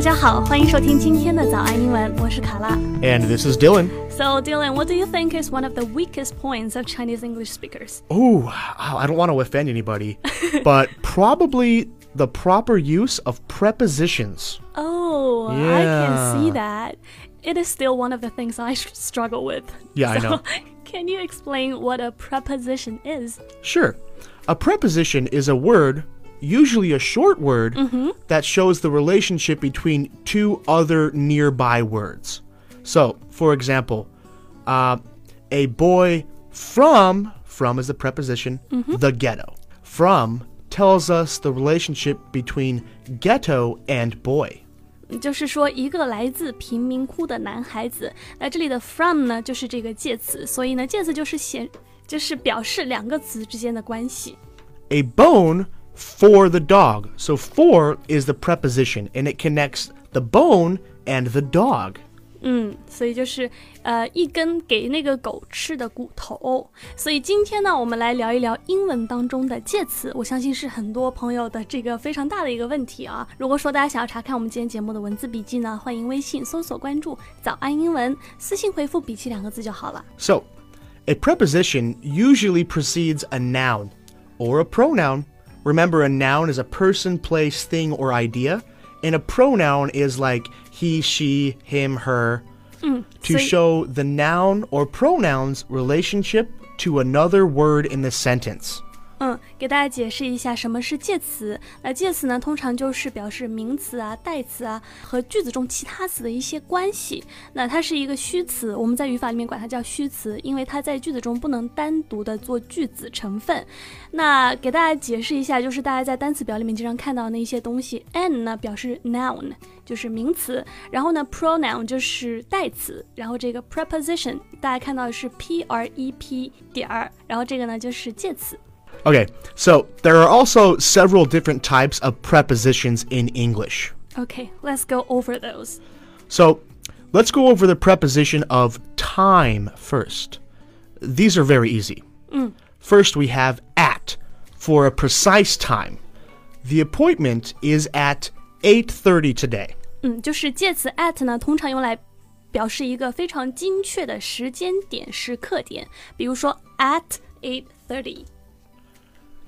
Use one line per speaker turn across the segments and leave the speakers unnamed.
家好，欢迎收听今天的早安英文，我是卡拉。
And this is Dylan.
So Dylan, what do you think is one of the weakest points of Chinese English speakers?
Ooh, I don't want to offend anybody, but probably the proper use of prepositions.
Oh, I can see that. It is still one of the things I s- struggle with.
Yeah, I
So,
know.
Can you explain what a preposition is?
Sure. A preposition is a word, usually a short word, that shows the relationship between two other nearby words. So, for example, uh, a boy from, from is the preposition, the ghetto. From tells us the relationship between ghetto and boy.
就是说一个来自贫民窟的男孩子。那这里的 from 呢，就是这个介词，所以呢，介词就是显，就是表示两个词之间的关系。
a bone for the dog. So for is the preposition and it connects the bone and the dog.
嗯，所以就是呃一根给那个狗吃的骨头。所以今天呢，我们来聊一聊英文当中的介词，我相信是很多朋友的这个非常大的一个问题啊。如果说大家想要查看我们今天节目的文字笔记呢，欢迎微信搜索关注“早安英文”，私信回复“笔记”两个字就好了。
So a preposition usually precedes a noun or a pronoun. Remember, a noun is a person, place, thing, or idea, and a pronoun is like he, she, him, her. to
so-
show the noun or pronoun's relationship to another word in the sentence.
嗯，给大家解释一下什么是介词。那介词呢，通常就是表示名词啊、代词啊和句子中其他词的一些关系。那它是一个虚词，我们在语法里面管它叫虚词，因为它在句子中不能单独的做句子成分。那给大家解释一下，就是大家在单词表里面经常看到的一些东西，n 呢表示 noun，就是名词，然后呢 pronoun 就是代词，然后这个 preposition 大家看到的是 p r e p 点儿，然后这个呢就是介词。
Okay, so there are also several different types of prepositions in English.
Okay, let's go over those.
So let's go over the preposition of time first. These are very easy. First, we have at for a precise time. The appointment is at 8:30 today.
嗯，就是介词 at 呢，通常用来表示一个非常精确的时间点、时刻点，比如说 at eight thirty。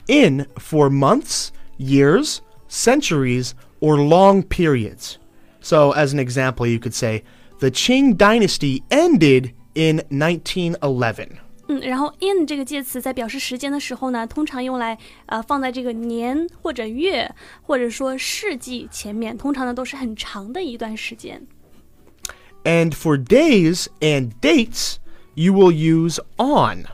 In for months, years, centuries, or long periods. So, as an example, you could say the Qing dynasty ended in 1911.
嗯，然后 in 这个介词在表示时间的时候呢，通常用来呃放在这个年或者月或者说世纪前面，通常呢都是很长的一段时间。
And for days and dates, you will use on.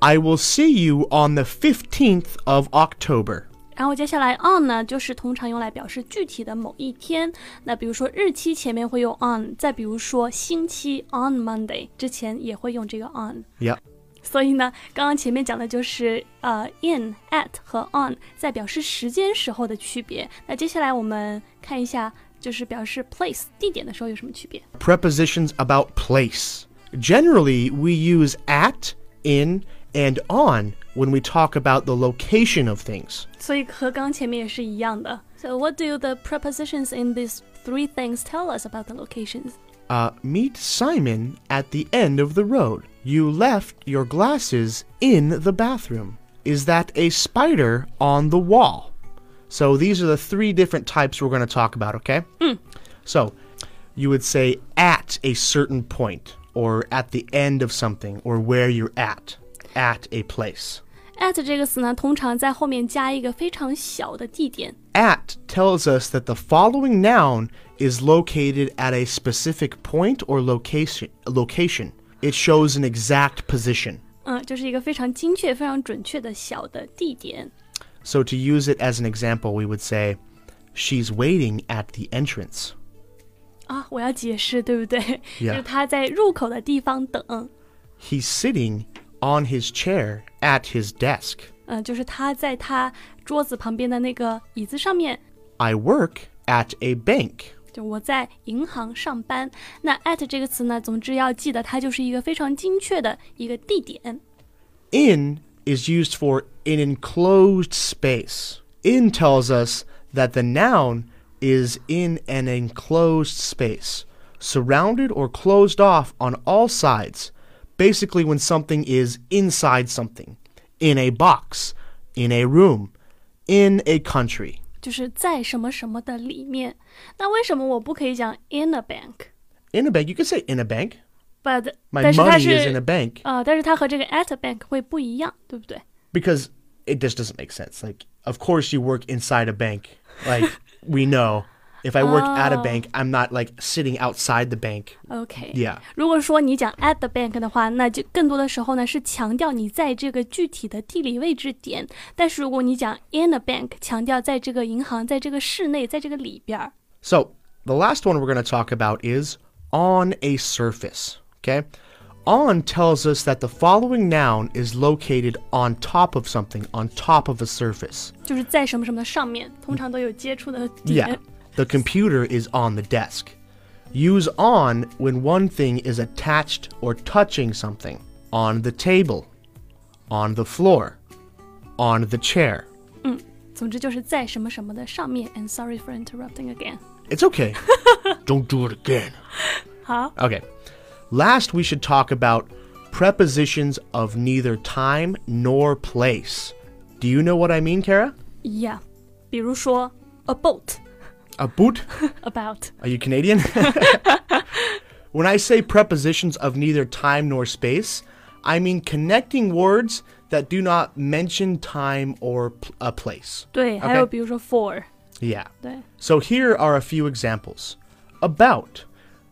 I will see you on the 15th of October.
然后接下来 on 呢，就是通常用来表示具体的某一天。那比如说日期前面会用 on，再比如说星期 on Monday 之前也会用这个 on。
Yep.
所以呢，刚刚前面讲的就是呃 in、at 和 on 在表示时间时候的区别。那接下来我们看一下，就是表示 place 地点的时候有什么区别。
Prepositions about place. Generally, we use at, in, and on when we talk about the location of things.
所以和刚刚前面也是一样的。So what do the prepositions in these three things tell us about the locations?
Uh, meet Simon at the end of the road. You left your glasses in the bathroom. Is that a spider on the wall? So these are the three different types we're going to talk about, okay? So you would say at a certain point, or at the end of something, or where you're at, at a place.
at 这个词呢，通常在后面加一个非常小的地点。
At tells us that the following noun is located at a specific point or location. Location. It shows an exact position.
嗯，就是一个非常精确、非常准确的小的地点。
So to use it as an example, we would say, "She's waiting at the entrance."
啊，我要解释，对不对
Yeah.
就是他在入口的地方等，
He's sitting on his chair at his desk.
嗯，就是他在他桌子旁边的那个椅子上面。
I work at a bank.
就我在银行上班。那 at 这个词呢，总之要记得它就是一个非常精确的一个地点。
In is used for an enclosed space. In tells us that the noun is in an enclosed space, surrounded or closed off on all sides. Basically, when something is inside something, in a box, in a room, in a country.
就是在什么什么的里面。那为什么我不可以讲 in a bank？But
In a bank, you could say in a bank. My
但是它
money is in a
是
bank
呃，但是它和这个 at a bank 会不一样，对不对？
because it just doesn't make sense. Like, of course, you work inside a bank. Like, we know. If I work at a bank, I'm not like sitting outside the bank.
OK，、
Yeah.
如果说你讲 at the bank 的话，那就更多的时候呢是强调你在这个具体的地理位置点；但是如果你讲 in a bank，强调在这个银行、在这个室内、在这个里边儿。
So, the last one we're going to talk about is on a surface. Okay. On tells us that the following noun is located on top of something, on top of a surface.
就是在什么什么的上面，通常都有接触的点。
Yeah. The computer is on the desk. Use on when one thing is attached or touching something. On the table. On the floor. On the chair.
总之就是在什么什么的上面。And sorry for interrupting again。
It's okay. Don't do it again.
好，
Okay. Last, we should talk about prepositions of neither time nor place. Do you know what I mean, Kara?
yeah，比如说 about
A boot?
about，
Are you Canadian? when I say prepositions of neither time nor space, I mean connecting words that do not mention time or pl- a place.
对
OK
还有比如说 for，
Yeah.
对
So here are a few examples. About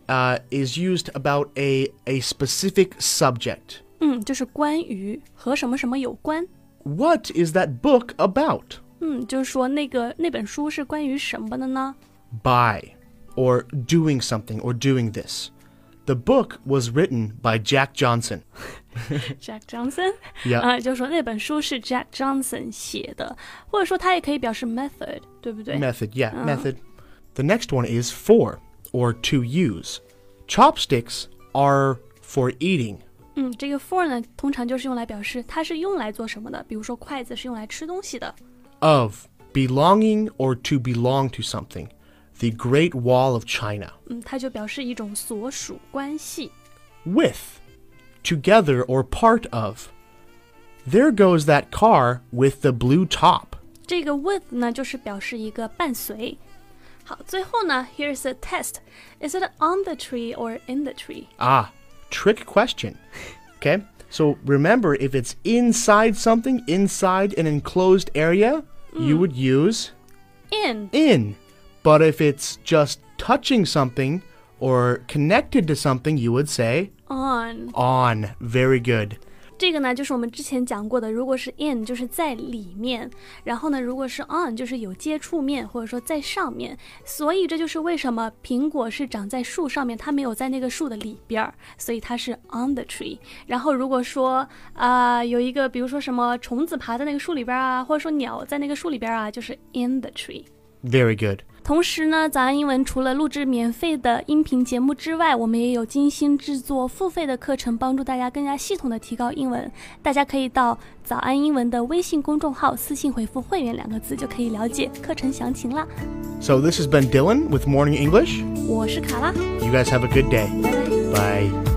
uh, is used about a, a specific subject.
嗯，就是关于和什么什么有关，
What is that book about?
嗯，就是说那个那本书是关于什么的呢？
By or doing something or doing this. The book was written by Jack Johnson.
Jack Johnson，
Yeah.
啊、就说那本书是 Jack Johnson 写的，或者说它也可以表示 method，对不对
Method, yeah, method. The next one is for or to use. Chopsticks are for eating.
嗯，这个 for 呢，通常就是用来表示它是用来做什么的，比如说筷子是用来吃东西的。
Of belonging or to belong to something. The Great Wall of China.
嗯，它就表示一种所属关系。
With together or part of. There goes that car with the blue top.
这个 with 呢，就是表示一个伴随。好，最后呢，here's a test. Is it on the tree or in the tree？
Ah, trick question. Okay? So remember, if it's inside something, inside an enclosed area, you would use
In，
in. But if it's just touching something or connected to something, you would say
on。
on. Very good.
这个呢，就是我们之前讲过的，如果是 in 就是在里面，然后呢，如果是 on 就是有接触面或者说在上面。所以这就是为什么苹果是长在树上面，它没有在那个树的里边儿，所以它是 on the tree。然后如果说啊、呃有一个比如说什么虫子爬在那个树里边儿啊，或者说鸟在那个树里边儿啊，就是 in the tree。
Very good.
同时呢，早安英文除了录制免费的音频节目之外，我们也有精心制作付费的课程，帮助大家更加系统的提高英文。大家可以到早安英文的微信公众号私信回复“会员”两个字，就可以了解课程详情啦。
So this has been Dylan with Morning English.
我是卡拉，
You guys have a good day.
拜拜。
Bye.